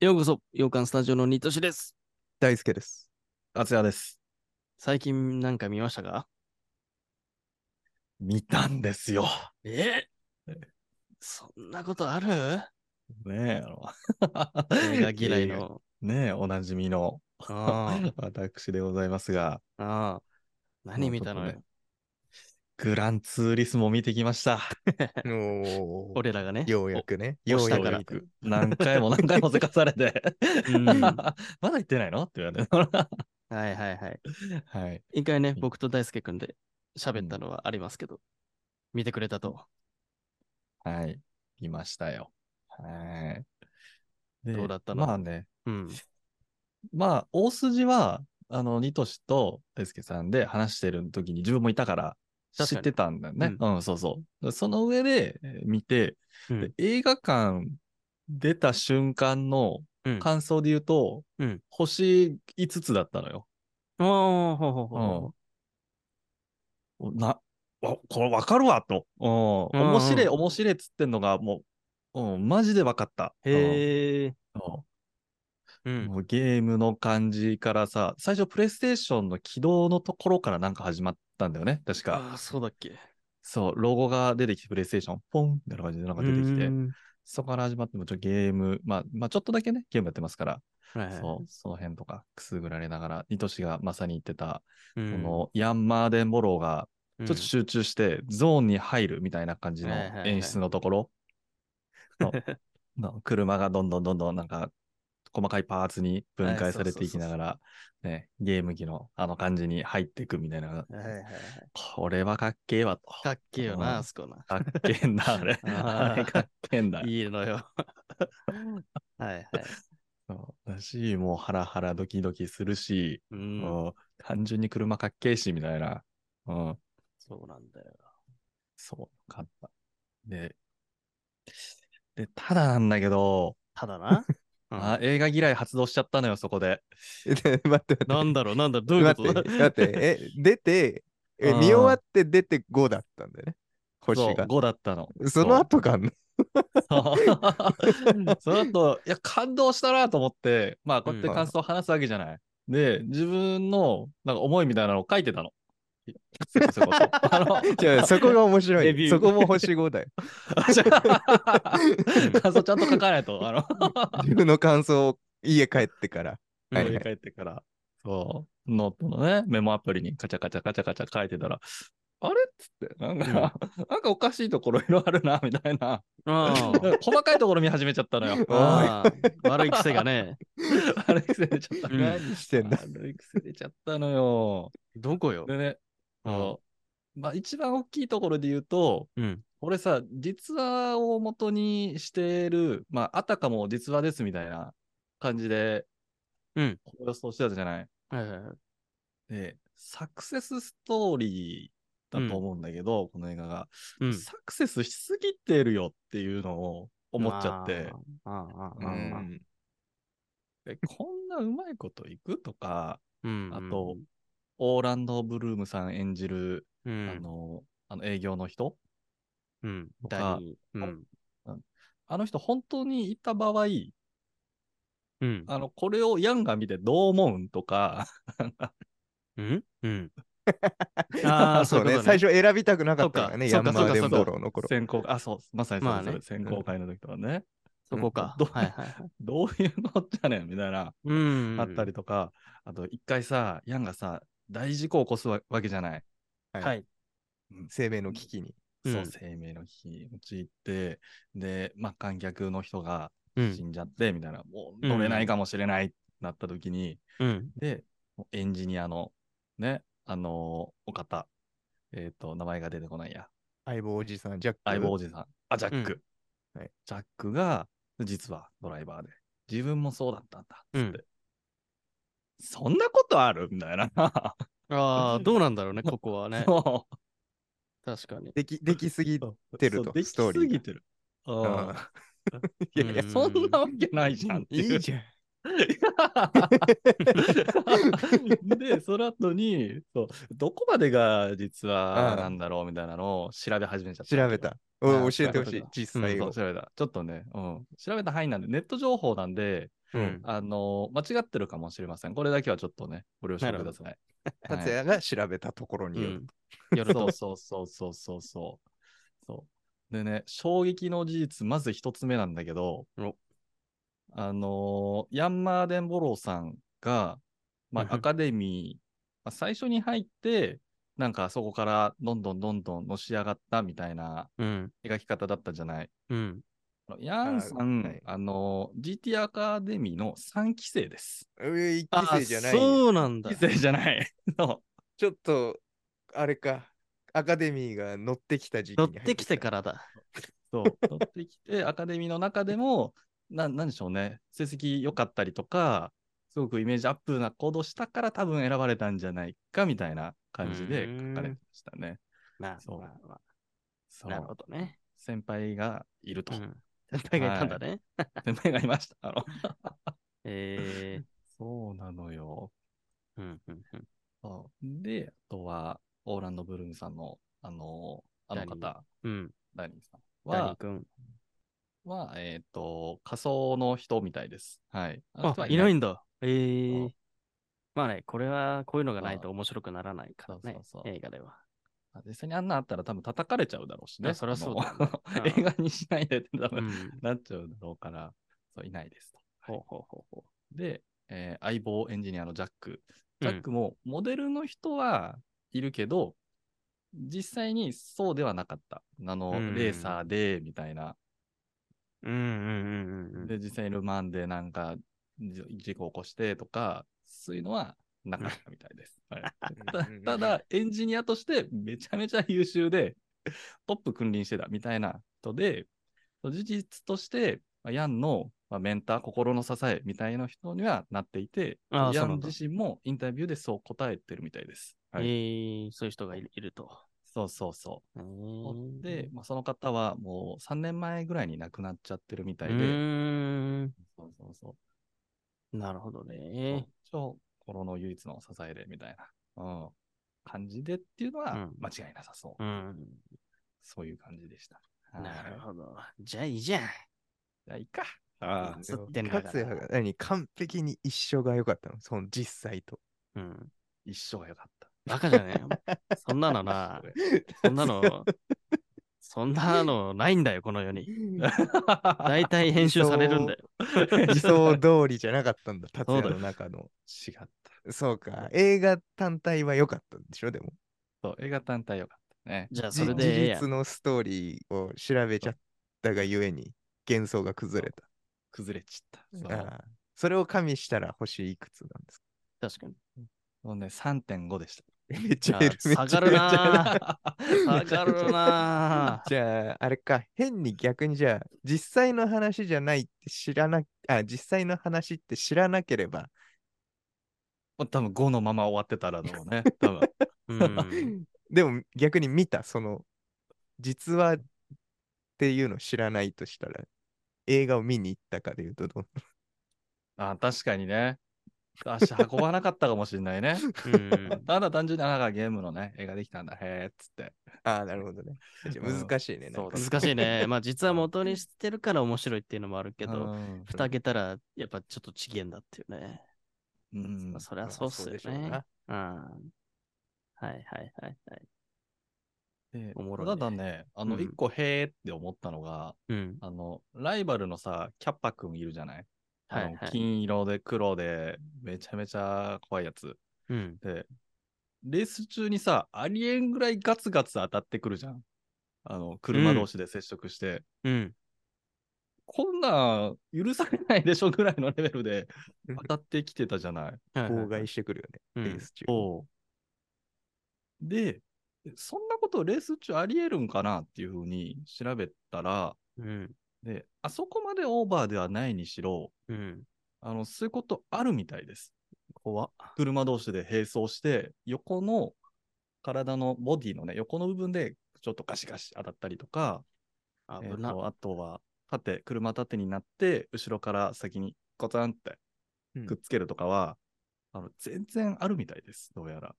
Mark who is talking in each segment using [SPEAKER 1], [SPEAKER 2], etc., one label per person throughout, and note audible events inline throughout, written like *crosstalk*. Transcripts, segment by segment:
[SPEAKER 1] ようこそ、洋館スタジオのニトシです。
[SPEAKER 2] 大輔です。厚也です。
[SPEAKER 1] 最近なんか見ましたか
[SPEAKER 2] 見たんですよ。
[SPEAKER 1] えそんなことある
[SPEAKER 2] ねえ、あ
[SPEAKER 1] *laughs*
[SPEAKER 2] の
[SPEAKER 1] 映画嫌い。の。
[SPEAKER 2] ねえ、おなじみの
[SPEAKER 1] あー
[SPEAKER 2] 私でございますが、
[SPEAKER 1] あー。何見たの
[SPEAKER 2] もうちょ
[SPEAKER 1] よ。
[SPEAKER 2] グランツーリスモ見てきました。
[SPEAKER 3] おー
[SPEAKER 1] 俺らがね。
[SPEAKER 3] ようやくね。
[SPEAKER 1] お
[SPEAKER 3] ようや
[SPEAKER 1] 押したから
[SPEAKER 3] く。
[SPEAKER 2] 何回も何回もせかされて、
[SPEAKER 1] うん
[SPEAKER 2] *laughs* ま
[SPEAKER 1] は
[SPEAKER 2] だ行ってないのって言われて。
[SPEAKER 1] いはいはい。
[SPEAKER 2] はい。
[SPEAKER 1] 一回ね、僕と大輔くんで喋ったのはありますけど、見てくれたと。
[SPEAKER 2] はい。見ましたよ。はい。で
[SPEAKER 1] どうだったの
[SPEAKER 2] まあね、
[SPEAKER 1] うん。
[SPEAKER 2] まあ、大筋は、あの、ニトシと大輔さんで話してる時に自分もいたから、
[SPEAKER 1] 確か
[SPEAKER 2] 知
[SPEAKER 1] に
[SPEAKER 2] ってたんだよね。うん、そうそう。その上でえー見て、
[SPEAKER 1] うん
[SPEAKER 2] で映画館出た瞬間の
[SPEAKER 1] うん
[SPEAKER 2] 感想で言うと、
[SPEAKER 1] うん
[SPEAKER 2] 星5つだったのよ。
[SPEAKER 1] おー、ほうほうほうほ
[SPEAKER 2] な、わこれわかるわと。う
[SPEAKER 1] うん
[SPEAKER 2] ん。
[SPEAKER 1] うん
[SPEAKER 2] 面白い、面白いっつってんのがもう、うん、マジでわかった。
[SPEAKER 1] う。へえ。
[SPEAKER 2] うん
[SPEAKER 1] う
[SPEAKER 2] うん
[SPEAKER 1] ん。
[SPEAKER 2] もうゲームの感じからさ、最初プレイステーションの起動のところからなんか始まったんだよね。確か。
[SPEAKER 1] ああ、そうだっけ。
[SPEAKER 2] そう、ロゴが出てきて、プレイステーション、ポンみたいな感じでなんか出てきて
[SPEAKER 1] う、ん
[SPEAKER 2] そこから始まっても、ちょっとゲーム、まあ、まあ、ちょっとだけね、ゲームやってますから、
[SPEAKER 1] はいはい。
[SPEAKER 2] そう、その辺とか、くすぐられながら、ニトシがまさに言ってた、
[SPEAKER 1] う
[SPEAKER 2] こ
[SPEAKER 1] ん。
[SPEAKER 2] のヤンマーデンボローが、
[SPEAKER 1] うん、
[SPEAKER 2] ちょっと集中して、ゾーンに入るみたいな感じの
[SPEAKER 1] はいはいはい
[SPEAKER 2] 演出のところ、のの車がどんどんどんどんなんか、細かいパーツに分解されていきながら、ね、ゲーム機のあの感じに入っていくみたいな、
[SPEAKER 1] *laughs* はいはいはい。
[SPEAKER 2] これはかっけえわと。
[SPEAKER 1] かっけえよな、
[SPEAKER 2] うん
[SPEAKER 1] あそこな。
[SPEAKER 2] かっけえんだ、あれ。
[SPEAKER 1] *laughs* あー
[SPEAKER 2] あれかっけえんだ。
[SPEAKER 1] いいの *laughs* よ。はいはい。
[SPEAKER 2] そうだし、もうハラハラドキドキするし、
[SPEAKER 1] うん。
[SPEAKER 2] うん単純に車かっけえし、みたいな。うん、
[SPEAKER 1] そうなんだよ。
[SPEAKER 2] そう、かった。で、で、ただなんだけど、
[SPEAKER 1] ただな。
[SPEAKER 2] あ映画嫌い発動しちゃったのよ、そこで。
[SPEAKER 3] *laughs* 待って待って。
[SPEAKER 1] なんだろう、なんだろう、どういう
[SPEAKER 3] 待
[SPEAKER 1] こ
[SPEAKER 3] っ
[SPEAKER 1] と
[SPEAKER 3] て待って。
[SPEAKER 1] *laughs*
[SPEAKER 3] え、出て、え
[SPEAKER 2] うん
[SPEAKER 3] 見終わって出て5だったんだよね。星
[SPEAKER 2] そう、
[SPEAKER 3] が。
[SPEAKER 2] 5だったの。
[SPEAKER 1] *laughs*
[SPEAKER 3] その後があんの
[SPEAKER 2] そう
[SPEAKER 1] *laughs*
[SPEAKER 2] その後、いや、感動したなと思って、まあ、こうやって
[SPEAKER 3] うん
[SPEAKER 2] 感想を話すわけじゃない。で、自分の、なんか思いみたいなのを書いて
[SPEAKER 3] *laughs*
[SPEAKER 2] たの。それこそあの
[SPEAKER 3] じゃあ
[SPEAKER 2] *laughs*
[SPEAKER 3] そこが面白
[SPEAKER 1] レビュ
[SPEAKER 3] い。
[SPEAKER 1] ー
[SPEAKER 3] そこも星5だよ。
[SPEAKER 1] *laughs*
[SPEAKER 2] じゃあ感想ちゃんと書かないと、あの、
[SPEAKER 3] 自分の感想を家帰ってから。はいはい
[SPEAKER 2] 振り返ってから、そう、ノートのね、メモアプリにカチャカチャカチャカチャ書いてたら、あれっつって、なんか、なんかおかしいところいろあるな、みたいな。
[SPEAKER 1] あ
[SPEAKER 2] 細かいところ見始めちゃったのよ。
[SPEAKER 1] あー悪い癖がね。
[SPEAKER 2] 悪い癖出ちゃった。
[SPEAKER 1] うん
[SPEAKER 3] 何してんだ
[SPEAKER 2] 悪い癖出ちゃったのよ。
[SPEAKER 1] どこよ。
[SPEAKER 2] でね、
[SPEAKER 1] うん
[SPEAKER 2] そうまあ一番大きいところで言うと、
[SPEAKER 1] うん。
[SPEAKER 2] 俺さ、実話を元にしてる、まあ、あたかも実話ですみたいな感じで、
[SPEAKER 1] うん。
[SPEAKER 2] 予想してたじゃない。
[SPEAKER 1] はいはいはい
[SPEAKER 2] で、サクセスストーリーだと思うんだけど、この映画が、
[SPEAKER 1] うん
[SPEAKER 2] サクセスしすぎてるよっていうのを思っちゃって、。
[SPEAKER 1] あーあー、あー
[SPEAKER 2] う
[SPEAKER 1] あー、
[SPEAKER 2] んでこんなうまいこといくとか、
[SPEAKER 1] うん。
[SPEAKER 2] あと、オーランド・ブルームさん演じる、
[SPEAKER 1] う
[SPEAKER 2] あ
[SPEAKER 1] ん、
[SPEAKER 2] の、あの営業の人、
[SPEAKER 1] うん。
[SPEAKER 2] とか
[SPEAKER 1] 第二うん。
[SPEAKER 2] あの人本当にいた場合、
[SPEAKER 1] うん。
[SPEAKER 2] あの、これをヤンが見てどう思うんとか、
[SPEAKER 1] うん *laughs* うん。ああ、そう
[SPEAKER 3] そう
[SPEAKER 1] いう
[SPEAKER 3] ね。
[SPEAKER 1] こと
[SPEAKER 3] 最初選びたくなかったからね。
[SPEAKER 1] そ
[SPEAKER 3] ヤ
[SPEAKER 1] う
[SPEAKER 3] ン
[SPEAKER 1] か
[SPEAKER 3] マ
[SPEAKER 1] そうか
[SPEAKER 3] ーデ
[SPEAKER 1] そ
[SPEAKER 3] ン
[SPEAKER 1] うか
[SPEAKER 3] ボローの頃。
[SPEAKER 2] 選考、あ、そう、まさにそうで
[SPEAKER 1] ま
[SPEAKER 2] す、
[SPEAKER 1] あね
[SPEAKER 2] それ選考会の時とかね、
[SPEAKER 1] そこか。
[SPEAKER 2] ど
[SPEAKER 1] はいはいはい。
[SPEAKER 2] どういうのじゃねんみたいな、
[SPEAKER 1] うん。
[SPEAKER 2] あったり。とか、あと一回さ、ヤンがさ、大事故を起こすわわけじゃない。
[SPEAKER 1] はい。
[SPEAKER 3] 生命の危機に。
[SPEAKER 1] うん
[SPEAKER 2] そう、生命の危機に陥って、で、まあ、観客の人が
[SPEAKER 1] うん
[SPEAKER 2] 死んじゃって、みたいな、も
[SPEAKER 1] う
[SPEAKER 2] う
[SPEAKER 1] ん
[SPEAKER 2] 乗れないかもしれないってなった時に、
[SPEAKER 1] うん。
[SPEAKER 2] で、エンジニアの、ね、あのーお方、えっ、と、名前が出てこないや、
[SPEAKER 3] 相棒おじさん、ジャック。
[SPEAKER 2] 相棒おじさん、あ、ジャック、
[SPEAKER 3] うんはい
[SPEAKER 2] ジャックが、実はドライバーで、自分もそうだったんだ、つって。
[SPEAKER 1] う
[SPEAKER 2] そんなことあるみたいな。 *laughs*
[SPEAKER 1] ああ、どうなんだろうね、ここは *laughs* ね。
[SPEAKER 2] そう
[SPEAKER 1] 確かに。
[SPEAKER 3] でき、できすぎ。てると
[SPEAKER 2] そうでき
[SPEAKER 3] ストーリー
[SPEAKER 2] す
[SPEAKER 3] が
[SPEAKER 2] ぎてる。 *laughs* うん
[SPEAKER 3] うんいやいや
[SPEAKER 1] う、
[SPEAKER 2] そんなわけないじゃんって
[SPEAKER 3] い
[SPEAKER 2] いう。
[SPEAKER 3] い
[SPEAKER 1] *laughs*
[SPEAKER 3] じゃん。
[SPEAKER 2] *laughs* で、その後にそう、どこまでが実はなんだろうみたいなのを調べ始めちゃった。
[SPEAKER 3] 調べた。
[SPEAKER 2] あ
[SPEAKER 3] お
[SPEAKER 2] ー
[SPEAKER 3] 教えてほし
[SPEAKER 2] そういう
[SPEAKER 3] い
[SPEAKER 2] こ。
[SPEAKER 3] 実際
[SPEAKER 2] そ
[SPEAKER 3] を
[SPEAKER 2] う。調べた。ちょっとね、うん、調べた範囲なんで、ネット情報なんで、
[SPEAKER 1] うん
[SPEAKER 2] あの、間違ってるかもしれません。これだけはちょっとね、ご了承
[SPEAKER 1] なる
[SPEAKER 2] く
[SPEAKER 1] ほど
[SPEAKER 2] ださい。
[SPEAKER 3] 達也が調べたところによる
[SPEAKER 1] うんよる
[SPEAKER 2] そ
[SPEAKER 1] と
[SPEAKER 2] う。そうそうそうそうそう。そうでね、衝撃の事実、まず一つ目なんだけど
[SPEAKER 1] お、
[SPEAKER 2] あのーヤンマーデンボローさんが、ま
[SPEAKER 1] うんう
[SPEAKER 2] あ、
[SPEAKER 1] ん
[SPEAKER 2] アカデミー、まあ、最初に入って、なんかそこからどんどんどんどんのし上がったみたいな
[SPEAKER 1] うん。
[SPEAKER 2] 描き方だったじゃない。
[SPEAKER 1] うん。
[SPEAKER 2] あのヤンさん、
[SPEAKER 3] あはい
[SPEAKER 2] あのー、GT アカデミーの3期生です。
[SPEAKER 3] うえ一
[SPEAKER 1] あ
[SPEAKER 3] 期生じゃないよ。
[SPEAKER 1] そうなんだ
[SPEAKER 2] 期。生じゃない。 *laughs* そう
[SPEAKER 3] ちょっと、あれか、アカデミーが乗ってきた時期
[SPEAKER 1] 乗っ
[SPEAKER 3] に入
[SPEAKER 1] てきてからだ。
[SPEAKER 2] そう、乗ってきて、アカデミーの中でも、ななんでしょうね、成績良かったりとか、すごくイメージアップな行動したから多分選ばれたんじゃないかみたいな感じで書かれてましたね。
[SPEAKER 1] まあ、
[SPEAKER 2] そう
[SPEAKER 1] まあま
[SPEAKER 2] そ
[SPEAKER 1] あ
[SPEAKER 2] う
[SPEAKER 1] なるほどね。
[SPEAKER 2] 先輩がいると。
[SPEAKER 1] うん。先輩がいたんだね。
[SPEAKER 2] *laughs* 先輩がいました。あの
[SPEAKER 1] え
[SPEAKER 2] そうなのよ。
[SPEAKER 1] ー。うんうんうん。
[SPEAKER 2] そうで、あとは、オーランド・ブルームさんの、あの、あの方、
[SPEAKER 1] うん。
[SPEAKER 2] ダニーさん
[SPEAKER 1] ダニー、
[SPEAKER 2] は
[SPEAKER 1] 君。
[SPEAKER 2] はえっ、と、仮想の人みたいです。はい。の
[SPEAKER 1] あ
[SPEAKER 2] 人は、
[SPEAKER 1] いない
[SPEAKER 2] ん
[SPEAKER 1] んだ。え
[SPEAKER 2] そ
[SPEAKER 1] ー
[SPEAKER 2] う。
[SPEAKER 1] まあね、これはこういうのがない
[SPEAKER 2] そ
[SPEAKER 1] と面白くならないからね
[SPEAKER 2] そうそう、そう
[SPEAKER 1] 映画では。
[SPEAKER 2] 実際にあんなあったら多分叩かれちゃうだろうし
[SPEAKER 1] い
[SPEAKER 2] ね。
[SPEAKER 1] やそりゃそうだよね
[SPEAKER 2] あ *laughs* の映画にしないでって多
[SPEAKER 1] う
[SPEAKER 2] 分、
[SPEAKER 1] ん。
[SPEAKER 2] なっちゃうだろうから、そういないですと。
[SPEAKER 1] ほうほうほうほ
[SPEAKER 2] で、えー相棒エンジニアのジャック。
[SPEAKER 1] う。
[SPEAKER 2] ジャックもモデルの人はいるけど、実際にそうではなかった。あの、
[SPEAKER 1] うん
[SPEAKER 2] レーサーで、みたいな。
[SPEAKER 1] うんうんうんうんうん。
[SPEAKER 2] で、実際にルマンでなんかじ事故起こしてとか、そういうのはなかったみたいです。
[SPEAKER 1] *laughs*
[SPEAKER 2] はいた
[SPEAKER 3] うん
[SPEAKER 2] ただ、エンジニアとしてめちゃめちゃ優秀で、トップ君臨してたみたいな人で、事実として、まあヤンのまあメンター、心の支えみたいな人にはなっていて、
[SPEAKER 1] ああ
[SPEAKER 2] ヤ
[SPEAKER 1] そうな
[SPEAKER 2] ン
[SPEAKER 1] んだ
[SPEAKER 2] 自身もインタビューでそう答えてるみたいです。はい
[SPEAKER 1] えーそういう人がいるいると。
[SPEAKER 2] そうそうそ
[SPEAKER 1] え
[SPEAKER 2] う。
[SPEAKER 1] ー
[SPEAKER 2] で、、まあ、その方はもう3年前ぐらいに亡くなっちゃってるみた
[SPEAKER 1] う
[SPEAKER 2] い
[SPEAKER 1] ー
[SPEAKER 2] で、
[SPEAKER 1] ん。
[SPEAKER 2] そうそうそう。
[SPEAKER 1] なるほどね。
[SPEAKER 2] 超心の唯一の支えでみたいな、うん、感じでっていうの
[SPEAKER 1] う
[SPEAKER 2] は
[SPEAKER 1] ん
[SPEAKER 2] 間違いなさそう。
[SPEAKER 1] うん。
[SPEAKER 2] そういう感じでした。
[SPEAKER 1] なる
[SPEAKER 2] はい
[SPEAKER 1] ほど。じゃあいいじゃん。
[SPEAKER 2] じゃあ、いいか。あ
[SPEAKER 1] 吸ってんだから
[SPEAKER 3] 達也が何完璧に一緒が良かったのその実際
[SPEAKER 1] *laughs*
[SPEAKER 3] と。
[SPEAKER 1] うん。
[SPEAKER 2] 一生が良かった。
[SPEAKER 1] バカじゃねえよ。そんなのな、そんなの、そんなのないんだよ、この世
[SPEAKER 3] *laughs*
[SPEAKER 1] に。大体編集されるんだよ。
[SPEAKER 3] 理想通りじゃなかったんだ、達
[SPEAKER 1] そう
[SPEAKER 3] 也
[SPEAKER 1] だ
[SPEAKER 3] の中の。
[SPEAKER 2] 違った。
[SPEAKER 3] そうか、映画単体は良かったんでしょ、でも。
[SPEAKER 2] そう、映画単体良かったね。
[SPEAKER 1] じゃあ
[SPEAKER 3] じ
[SPEAKER 1] それでええや
[SPEAKER 3] 事
[SPEAKER 1] ん
[SPEAKER 3] 実のストーリーを調べちゃったがゆえに幻想が崩れた。
[SPEAKER 2] 崩れちった。そう
[SPEAKER 3] ああそれを加味したら星いくつなんですか *laughs*
[SPEAKER 1] 確かに。
[SPEAKER 2] もうね、3.5でした。
[SPEAKER 3] めっち
[SPEAKER 1] じ
[SPEAKER 3] ゃ
[SPEAKER 1] ゃ
[SPEAKER 3] 減る。めっち
[SPEAKER 1] あ
[SPEAKER 3] ゃ
[SPEAKER 1] 下が
[SPEAKER 3] 減
[SPEAKER 1] る
[SPEAKER 3] る
[SPEAKER 1] なぁ。下がる
[SPEAKER 3] *laughs*
[SPEAKER 1] なぁ。
[SPEAKER 3] じゃあ、あれか、変に逆にじゃあ、実際の話じゃないって知らな、あ、実際の話って知らなければ、
[SPEAKER 2] *laughs* もう多分5のまま終わってたらだろうね。多分。
[SPEAKER 1] うん。
[SPEAKER 3] でも逆に見た、その、実話っていうのを知らないとしたら、映画を見に行ったかでいうとどう、
[SPEAKER 2] あ、確かにね。足運ばなかったかもし
[SPEAKER 1] *laughs*
[SPEAKER 2] れないね。
[SPEAKER 1] うん
[SPEAKER 2] ただ単純に、あなんかゲームのね、映画できたんだ。へえ、っつって。
[SPEAKER 3] *laughs* ああ、なるほど *laughs* ね。
[SPEAKER 2] うん
[SPEAKER 3] 難しいね。なんか
[SPEAKER 2] そうだ
[SPEAKER 1] 難しいね。まあ実は元にしてるから面白いっていうのもあるけ
[SPEAKER 2] う
[SPEAKER 1] ど、
[SPEAKER 2] ん
[SPEAKER 1] 蓋開けたらやっぱちょっとちげえんだっていうね。
[SPEAKER 2] うん
[SPEAKER 1] まあそりゃそうっすよ
[SPEAKER 3] まあそうでしょう
[SPEAKER 1] ね
[SPEAKER 3] な。
[SPEAKER 1] うん。はいはいはいはい。
[SPEAKER 2] で
[SPEAKER 1] おもろい
[SPEAKER 2] た
[SPEAKER 1] ね
[SPEAKER 2] だね、あの、
[SPEAKER 1] うん
[SPEAKER 2] 一個へーって思ったのが、
[SPEAKER 1] うん。
[SPEAKER 2] あの、ライバルのさ、キャッパくんいるじゃない
[SPEAKER 1] はい
[SPEAKER 2] あの
[SPEAKER 1] はい
[SPEAKER 2] 金色で黒で、めちゃめちゃ怖いやつ。
[SPEAKER 1] うん。
[SPEAKER 2] で、レース中にさ、ありえんぐらいガツガツ当たってくるじゃん。あの、車同士で接触して、
[SPEAKER 1] うん。
[SPEAKER 2] こんなん許されないでしょぐらいのレベルで
[SPEAKER 3] うん
[SPEAKER 2] 当たってきてたじ
[SPEAKER 1] *laughs*
[SPEAKER 2] ゃない。
[SPEAKER 1] はいはい
[SPEAKER 3] 妨害してくるよね、
[SPEAKER 1] うん
[SPEAKER 3] レース中。
[SPEAKER 2] そうで、そんなことレース中ありえるんかなっていうふうに調べたら、
[SPEAKER 1] うん。
[SPEAKER 2] で、あそこまでオーバーではないにしろ、
[SPEAKER 1] うん。
[SPEAKER 2] あの、そういうことあるみたいです。
[SPEAKER 1] 怖っ。
[SPEAKER 2] 車同士で並走して、横の体のボディのね、横の部分でちょっとガシガシ当たったりとか、
[SPEAKER 1] 危
[SPEAKER 2] えー
[SPEAKER 1] な。
[SPEAKER 2] とあとは、縦、車縦になって、後ろから先にコツンって
[SPEAKER 3] うん
[SPEAKER 2] くっつけるとかは、あの、全然あるみたいです、どうやら。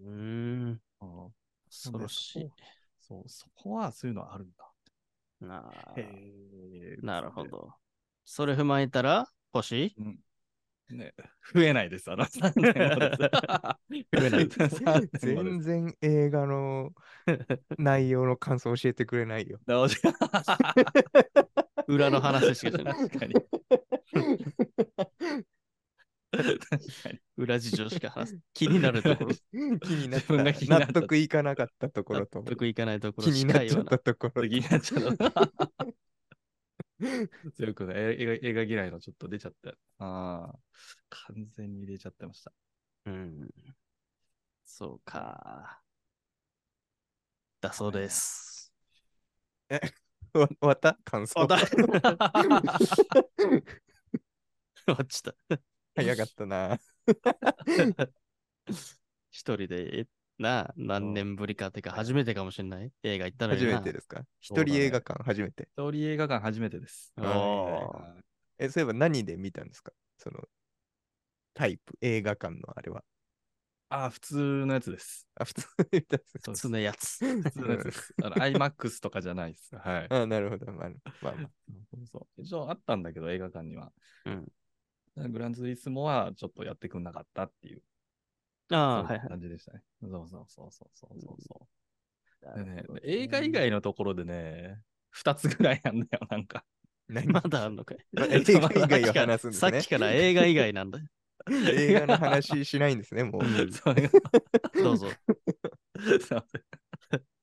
[SPEAKER 1] うーん。
[SPEAKER 2] あー
[SPEAKER 1] 恐ろしい。
[SPEAKER 2] そう、そこはそういうのあるんだ。
[SPEAKER 1] なあ
[SPEAKER 2] へー
[SPEAKER 1] なるほ。ど。それ踏まえたら、星
[SPEAKER 2] ね、増えないです、あの3年 *laughs* 後です
[SPEAKER 1] 増えない
[SPEAKER 2] 三年後です
[SPEAKER 3] 全然映画の
[SPEAKER 2] *laughs*
[SPEAKER 3] 内容の感想教えてくれないよ。
[SPEAKER 2] どうしよう
[SPEAKER 1] 裏の話しか
[SPEAKER 3] *laughs*
[SPEAKER 1] しない。
[SPEAKER 2] 確かに。確かに。
[SPEAKER 1] 裏事情しか話す。気になるところ、
[SPEAKER 3] 気になっ
[SPEAKER 2] 自
[SPEAKER 3] た。
[SPEAKER 2] 分が気になっ
[SPEAKER 3] 納
[SPEAKER 2] た
[SPEAKER 3] 得いかなかったところと
[SPEAKER 1] 納、得いかないところ、
[SPEAKER 3] 気にな
[SPEAKER 1] 近
[SPEAKER 3] っ
[SPEAKER 1] い
[SPEAKER 3] ちゃ
[SPEAKER 1] よ
[SPEAKER 3] ったところ。
[SPEAKER 2] 次になっちゃった。 *laughs* 強くね、映画映画嫌いのちょっと出ちゃった。ああ、完全に出ちゃってました。
[SPEAKER 1] うな。うん。そうか。だそうです。
[SPEAKER 3] *laughs* わ終わった感
[SPEAKER 1] *laughs*
[SPEAKER 3] 想。
[SPEAKER 1] 終わっちゃった。
[SPEAKER 3] *laughs* 早かったな。
[SPEAKER 1] 一人で、えなあ、何年ぶりかってか、初めてかもしれない。映画行ったのに
[SPEAKER 3] 初
[SPEAKER 1] な。
[SPEAKER 3] めてですか
[SPEAKER 2] そうだ
[SPEAKER 3] 一
[SPEAKER 2] ね
[SPEAKER 3] 人映画館初めて。
[SPEAKER 2] 一人映画館初めてです。
[SPEAKER 1] お
[SPEAKER 3] はいはい
[SPEAKER 1] ー
[SPEAKER 2] はい
[SPEAKER 3] え、そういえば何で見たんですかその、タイプ、映画館のあれは。
[SPEAKER 2] ああ、普通のやつです。
[SPEAKER 3] あ、普通に見たんです
[SPEAKER 1] 普通のやつ。
[SPEAKER 3] 普
[SPEAKER 2] 普通のやつです。 *laughs* あの IMAX とかじゃないです。はい。
[SPEAKER 3] *laughs* あ、なるほど。まあ、まあまあ、
[SPEAKER 2] そう一応あったんだけど、映画館には。
[SPEAKER 1] うん
[SPEAKER 2] グランツーリスモはちょっとやってくんなかったっていう
[SPEAKER 1] ああ、
[SPEAKER 2] そ
[SPEAKER 1] はいい
[SPEAKER 2] う
[SPEAKER 1] うはい。
[SPEAKER 2] 感じでしたね。そうそうそうそうそうそうそう。で
[SPEAKER 1] な
[SPEAKER 2] ね
[SPEAKER 1] るほど、ね
[SPEAKER 2] 映画以外のところでね、2つぐらいなんだよ、なんか。
[SPEAKER 1] *laughs*
[SPEAKER 3] 何 *laughs*
[SPEAKER 1] まだあんのかい
[SPEAKER 3] 映画以外を話すんです
[SPEAKER 1] さっきからさっき。か
[SPEAKER 3] ね
[SPEAKER 1] ら映画以外なんだよ。
[SPEAKER 3] 映画の話しないんですね、もう。
[SPEAKER 2] *laughs* それが
[SPEAKER 1] どうぞ。
[SPEAKER 2] すいま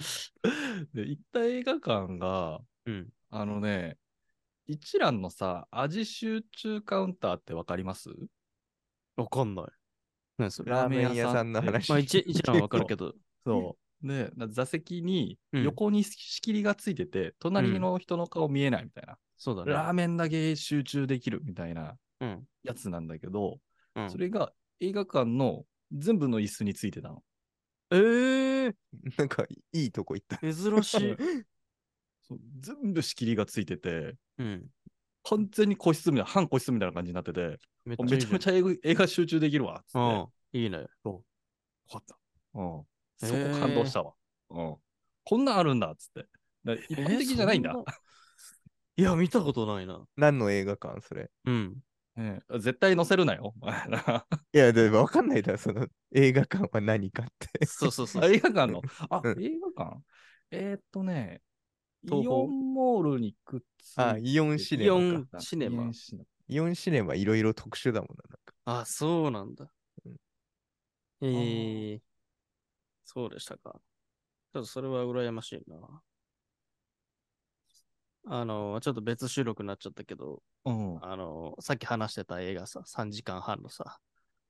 [SPEAKER 2] せんで、行った映画館が、
[SPEAKER 1] うん
[SPEAKER 2] あのね、一蘭のさ、味集中カウンターってわかります
[SPEAKER 1] わかんない。何それ。
[SPEAKER 3] ラーメン屋さんの話。
[SPEAKER 1] まあ、一一覧わかるけど。
[SPEAKER 2] そう。で、な座席に
[SPEAKER 1] うん
[SPEAKER 2] 横に仕切りがついてて、隣の人の顔見えないみたいな、
[SPEAKER 1] そう
[SPEAKER 2] ラ
[SPEAKER 1] だ
[SPEAKER 2] ー
[SPEAKER 1] ね。
[SPEAKER 2] メンだけ集中できるみたいな
[SPEAKER 1] うん。
[SPEAKER 2] やつなんだけど、
[SPEAKER 1] うん
[SPEAKER 2] それが映画館の全部の椅子についてたの。
[SPEAKER 1] えー、
[SPEAKER 3] *laughs* なんか、いいとこ行った。
[SPEAKER 1] 珍しい。
[SPEAKER 2] そう全部仕切りがついてて、
[SPEAKER 1] *laughs* うん。
[SPEAKER 2] 完全に個室みたいな、半個室みたいな感じになってて、
[SPEAKER 1] めっ
[SPEAKER 2] めちゃめち
[SPEAKER 1] ゃいい
[SPEAKER 2] ゃ映画映画集中できるわっつって。
[SPEAKER 1] じゃん。うん。いいね。
[SPEAKER 2] よかった。うん。
[SPEAKER 1] へ
[SPEAKER 2] そ
[SPEAKER 1] ー
[SPEAKER 2] こ感動したわ。うん。こんなんあるんだっつって。だ一般的じゃないんだ
[SPEAKER 1] えー。そいや、見たことないな。
[SPEAKER 3] 何の映画館それ。
[SPEAKER 1] うん。
[SPEAKER 2] ええ絶対載せるなよ。お前ら
[SPEAKER 3] いや、でも分かんないだろ、その映画館は何かって。
[SPEAKER 1] そうそうそ
[SPEAKER 2] あ
[SPEAKER 1] う。
[SPEAKER 2] 映画館の。あ、
[SPEAKER 3] うん
[SPEAKER 2] 映画館えーっとね、イオ
[SPEAKER 1] 東宝
[SPEAKER 2] ンモールにくっつい
[SPEAKER 3] あ、イオンシネ
[SPEAKER 1] イオ
[SPEAKER 3] マ。
[SPEAKER 1] ンシネマ
[SPEAKER 2] イオンシネ
[SPEAKER 3] イオンシネマいろいろ特殊だもんな。
[SPEAKER 1] あ、そうなんだ
[SPEAKER 3] うん。
[SPEAKER 1] え
[SPEAKER 2] あ
[SPEAKER 1] ー
[SPEAKER 2] ー、
[SPEAKER 1] そうでしたか。ちょっとそれは羨ましいな。あの、ちょっと別収録になっちゃったけど、
[SPEAKER 2] うん。はい
[SPEAKER 1] あの、さっき話してた映画さ、3時間半のさ、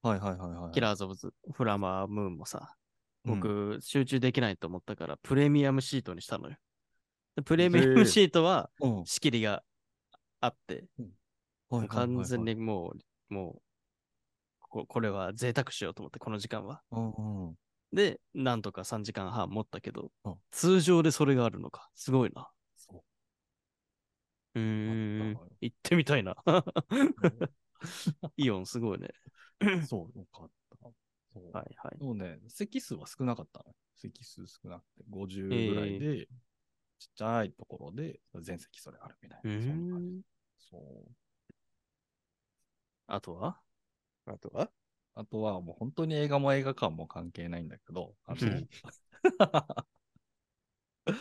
[SPEAKER 2] はいはいはい。
[SPEAKER 1] キラーズ・オブズ・フラマー・ムーンもさ、
[SPEAKER 2] うん
[SPEAKER 1] 僕、集中できないと思ったから、プレミアムシートにしたのよ。でプレミアムシートは
[SPEAKER 2] うんはい
[SPEAKER 1] 仕切りがあって、
[SPEAKER 2] はいはいはい
[SPEAKER 1] 完全。にもう、もう、ここれは贅沢しようと思って、この時間は。
[SPEAKER 2] うんうん。
[SPEAKER 1] で、なんとか3時間半持ったけど
[SPEAKER 2] うん、
[SPEAKER 1] 通常でそれがあるのか。すごいな。
[SPEAKER 2] そう
[SPEAKER 1] ーん
[SPEAKER 2] あったのよ。
[SPEAKER 1] 行ってみたい *laughs* な。
[SPEAKER 2] う
[SPEAKER 1] イオンすごいね。 *laughs*
[SPEAKER 2] そう、よかった。そう。
[SPEAKER 1] はいはい。
[SPEAKER 2] そうね、席数は少なかったのよ。席数少なくて、50ぐらいで、ちっちゃいところで、全席それあるみたいうな。そんな感じ
[SPEAKER 1] ーん。
[SPEAKER 2] そう。
[SPEAKER 1] あとは
[SPEAKER 3] あとは
[SPEAKER 2] あとは、もう本当に映画も映画館も関係ないんだけど、あ
[SPEAKER 1] う
[SPEAKER 2] の
[SPEAKER 1] ん、
[SPEAKER 2] *laughs* あ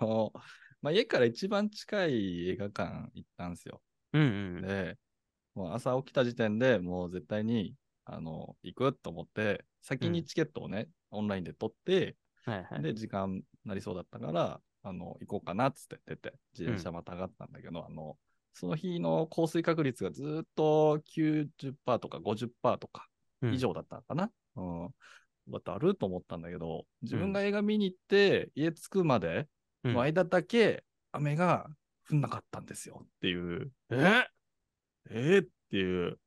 [SPEAKER 2] のまあ、家から一番近い映画館行ったんですよ。
[SPEAKER 1] うんうん。
[SPEAKER 2] で、もう朝起きた時点でもう絶対に、あの、行くと思って、先
[SPEAKER 1] う
[SPEAKER 2] に
[SPEAKER 1] ん
[SPEAKER 2] チケットをね、オンラインで取って、
[SPEAKER 1] はいはい。
[SPEAKER 2] で、時間なりそうだったから、あの、行こうかなっつって出て、自転車また上がったんだけど、あの、その日の降水確率がずーっと90%とか50%とか
[SPEAKER 1] うん
[SPEAKER 2] 以上だったのかな。うん。だってあると思ったんだけど、自分が映画見に行って、家着くまで
[SPEAKER 1] うん
[SPEAKER 2] の間だけ雨が降んなかったんですよっていう、
[SPEAKER 1] え
[SPEAKER 2] えー、っていう、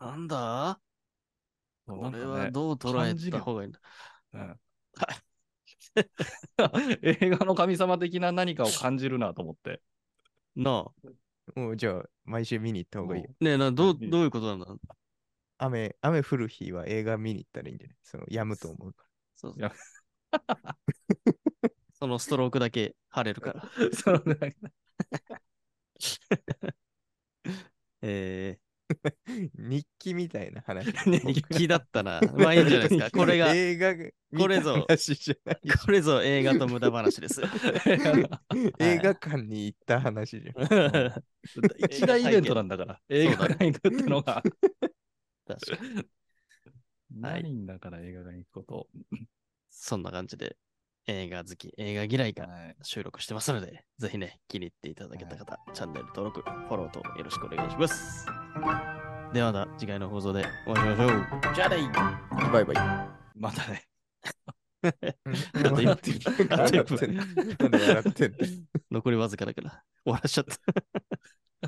[SPEAKER 1] なんだ
[SPEAKER 2] そう
[SPEAKER 1] こ
[SPEAKER 2] なんか
[SPEAKER 1] れ
[SPEAKER 2] ね
[SPEAKER 1] はどう捉えた方がいいんだ
[SPEAKER 2] うん *laughs* 映画の神様的な何かを感じるなと思って。
[SPEAKER 1] なあ。
[SPEAKER 3] もうじゃあ、毎週見に行った方がいいよ。
[SPEAKER 1] ねえな、どう、
[SPEAKER 2] うん
[SPEAKER 1] どういうことなんだ
[SPEAKER 3] 雨、雨降る日は映画見に行ったらいいんじゃないその、やむと思う *laughs* か
[SPEAKER 1] そう
[SPEAKER 2] いや
[SPEAKER 1] *laughs* そのストロークだけ晴れるから。
[SPEAKER 2] そのなんか
[SPEAKER 1] *laughs* え
[SPEAKER 3] 日記みたいな話。
[SPEAKER 1] ー、日記だったな。まあいいんじゃない
[SPEAKER 2] *laughs*
[SPEAKER 1] ですか。
[SPEAKER 3] *laughs*
[SPEAKER 1] これが、
[SPEAKER 3] 映画
[SPEAKER 1] これぞ
[SPEAKER 3] 見た話じゃない
[SPEAKER 1] これぞ映画と無駄話
[SPEAKER 2] *laughs*
[SPEAKER 1] です。
[SPEAKER 3] 映画館に行った話じゃん。
[SPEAKER 2] 一大イベントなんだから、映画館に行くって
[SPEAKER 1] *laughs*
[SPEAKER 2] のが。
[SPEAKER 1] 確かに
[SPEAKER 2] ないんだから、映画館に行くこ
[SPEAKER 1] そんな感じで、映画好き、映画嫌い
[SPEAKER 2] と。
[SPEAKER 1] が
[SPEAKER 2] はい。
[SPEAKER 1] 収録してますので、ぜひね、気に入っていただけた方、チャンネル登録、フォローとよろしくお願いします。ではまた次回の放送でお会いしましょう。 *laughs* じゃあね
[SPEAKER 3] バイバイ。
[SPEAKER 2] またね。
[SPEAKER 1] あと
[SPEAKER 3] *laughs*
[SPEAKER 1] 一分
[SPEAKER 3] 笑ってんのなんで笑ってんの
[SPEAKER 1] 残りわずかだから、終わらしちゃった。